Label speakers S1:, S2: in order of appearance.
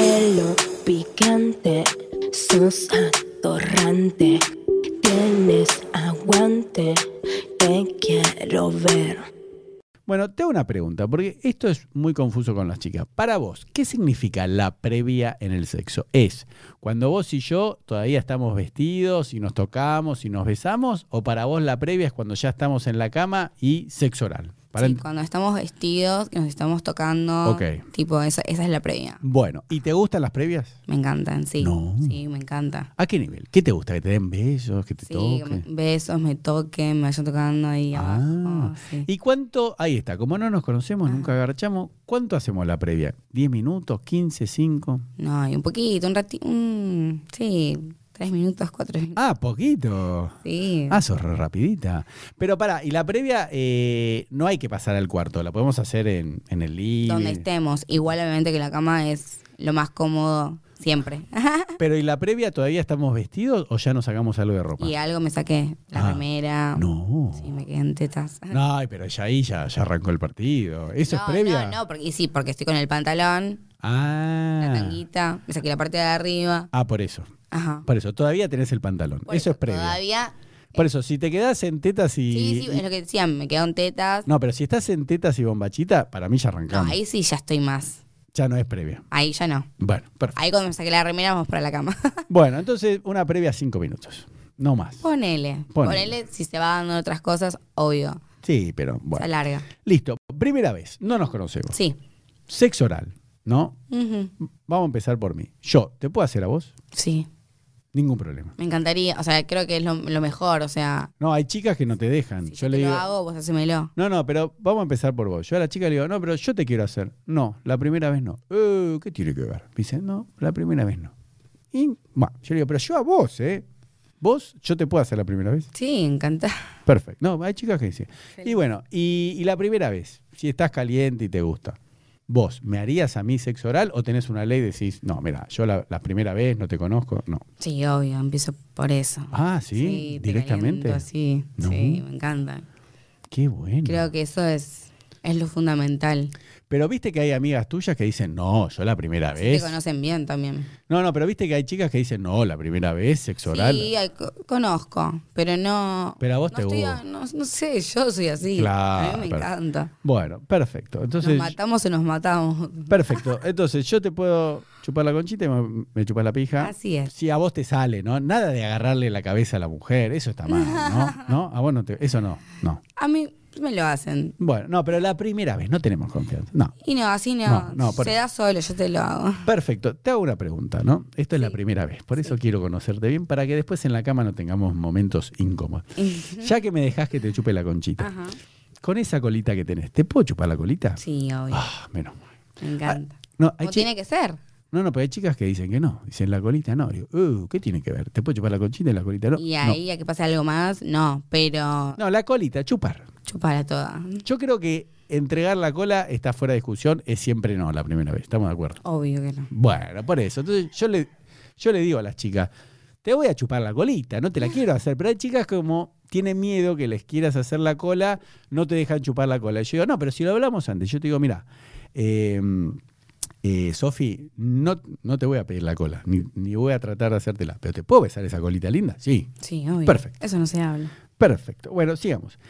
S1: pelo picante, sos atorrante, tienes aguante, te quiero ver.
S2: Bueno, te hago una pregunta, porque esto es muy confuso con las chicas. Para vos, ¿qué significa la previa en el sexo? ¿Es cuando vos y yo todavía estamos vestidos y nos tocamos y nos besamos? ¿O para vos la previa es cuando ya estamos en la cama y sexo oral? Para
S3: Sí,
S2: ent-
S3: cuando estamos vestidos, que nos estamos tocando.
S2: Ok.
S3: Tipo, esa, esa es la previa.
S2: Bueno, ¿y te gustan las previas?
S3: Me encantan, sí.
S2: No.
S3: Sí, me encanta.
S2: ¿A qué nivel? ¿Qué te gusta? ¿Que te den besos? ¿Que te
S3: Sí,
S2: toquen?
S3: me- besos, me toquen, me vayan tocando ahí
S2: Ah,
S3: abajo. Oh, sí. Ah.
S2: ¿Y cuánto? Ahí está, como no nos conocemos, nunca agarchamos, ¿cuánto hacemos la previa? ¿10 minutos? ¿15? ¿5?
S3: No, y un poquito, un ratito, un... Sí, tres minutos, cuatro minutos.
S2: Ah, poquito.
S3: Sí.
S2: Ah, sos re rapidita. Pero para, y la previa eh, no hay que pasar al cuarto, la podemos hacer en, en el
S3: donde
S2: living.
S3: estemos. Igual obviamente que la cama es lo más cómodo siempre.
S2: Pero ¿y la previa todavía estamos vestidos o ya nos sacamos algo de ropa?
S3: y algo me saqué, la
S2: Ah,
S3: remera.
S2: No.
S3: Sí, me quedé en tetas.
S2: No, ay, pero ya ahí ya, ya arrancó el partido. ¿Eso
S3: No,
S2: es previa?
S3: No, no, porque, y sí, porque estoy con el pantalón, la
S2: Ah.
S3: tanguita, me saqué la parte de arriba.
S2: Ah, por eso.
S3: Ajá.
S2: Por eso, todavía tenés el pantalón.
S3: Por
S2: eso es previa.
S3: Todavía,
S2: Por eso, si te quedás en tetas y.
S3: sí, sí,
S2: y-
S3: es lo que decían, me quedo en tetas. No,
S2: No, pero si estás en tetas y bombachita, para mí ya arrancamos.
S3: ahí sí ya estoy más.
S2: Ya no es previa.
S3: Ahí ya no.
S2: Bueno, perfecto.
S3: Ahí cuando me saqué la remera vamos para la cama.
S2: Bueno, entonces una previa cinco minutos. No más.
S3: Ponele.
S2: Ponele.
S3: Ponele. si se va dando otras cosas, obvio.
S2: Sí, pero bueno.
S3: Se alarga.
S2: Listo. Primera vez, no nos conocemos.
S3: Sí.
S2: Sexo oral, ¿no?
S3: Ujú.
S2: Vamos a empezar por mí. Yo, ¿te puedo hacer a vos?
S3: Sí.
S2: Ningún problema.
S3: Me encantaría. O sea, creo que es lo, lo mejor. O sea,
S2: No, hay chicas que no te dejan.
S3: si
S2: yo
S3: yo
S2: le
S3: te
S2: digo.
S3: lo hago, vos hacémelo.
S2: No, no, pero vamos a empezar por vos. Yo a la chica le digo, no, pero yo te quiero hacer. No, la primera vez no. "Eh, ¿Qué tiene que ver? Me dice, no, la primera vez no. Y bueno, yo le digo, pero yo a vos, ¿eh? ¿Vos? ¿Yo te puedo hacer la primera vez?
S3: Sí, encanta.
S2: Perfecto. No, hay chicas que dicen. Y bueno, y, y la primera vez, si estás caliente y te gusta, ¿vos me harías a mí sexo oral o tenés una ley y decís, no, mira, yo la, la primera vez no te conozco? No.
S3: Sí, obvio. Empiezo por eso.
S2: Ah, sí,
S3: te
S2: directamente.
S3: caliento, sí,
S2: No.
S3: sí, me encanta.
S2: Qué bueno.
S3: Creo que eso es, es lo fundamental.
S2: Pero viste que hay amigas tuyas que dicen, no, yo la primera
S3: Si te
S2: vez.
S3: conocen bien también.
S2: No, no, pero viste que hay chicas que dicen, no, la primera vez, sexo oral.
S3: Sí, ay, co- conozco, pero no.
S2: Pero a vos
S3: no
S2: te
S3: estoy
S2: gusta.
S3: no, no sé, yo soy así.
S2: Claro,
S3: a mí me
S2: pero-
S3: encanta.
S2: Bueno, perfecto.
S3: nos
S2: Entonces,
S3: matamos o nos matamos.
S2: perfecto. Entonces, yo te puedo chupar la conchita y me, me chupas la pija.
S3: Así es.
S2: Si a vos te sale, ¿no? Nada de agarrarle la cabeza a la mujer, eso está mal, ¿no? ¿No? A vos no te. Eso no, no.
S3: A mí me lo hacen.
S2: Bueno, no, pero la primera vez no tenemos confianza. No.
S3: Y no, así no.
S2: No, no, por
S3: Se
S2: eso.
S3: da solo, yo te lo hago.
S2: Perfecto. Te hago una pregunta, ¿no? Esto es la primera vez. Por eso quiero conocerte bien, para que después en la cama no tengamos momentos incómodos. ya que me dejás que te chupe la conchita,
S3: Ajá.
S2: con esa colita que tenés, ¿te puedo chupar la colita?
S3: Sí, obvio.
S2: Ah, menos mal.
S3: Me encanta.
S2: No, hay
S3: Como
S2: chi-
S3: tiene que ser.
S2: no, no, pero hay chicas que dicen que no. Dicen la colita no. Digo, "Uh, ¿qué tiene que ver? ¿Te puedo chupar la conchita y la colita no?
S3: Y ahí a que pase algo más, no. Pero
S2: No. no, la colita, chupar.
S3: chupala toda.
S2: Yo creo que entregar la cola está fuera de discusión, es siempre no la primera vez, estamos de acuerdo.
S3: Obvio que no.
S2: Bueno, por eso. Entonces yo le, yo le digo a las chicas, te voy a chupar la colita, no te la quiero hacer, pero hay chicas que como tienen miedo que les quieras hacer la cola, no te dejan chupar la cola. Y yo digo, no, pero si lo hablamos antes, yo te digo, mira, eh, eh, Sofi, no, no te voy a pedir la cola, ni, ni voy a tratar de hacértela, pero ¿te puedo besar esa colita linda? Sí,
S3: Sí, obvio.
S2: Perfecto.
S3: Eso no se habla.
S2: perfecto. Bueno, sigamos.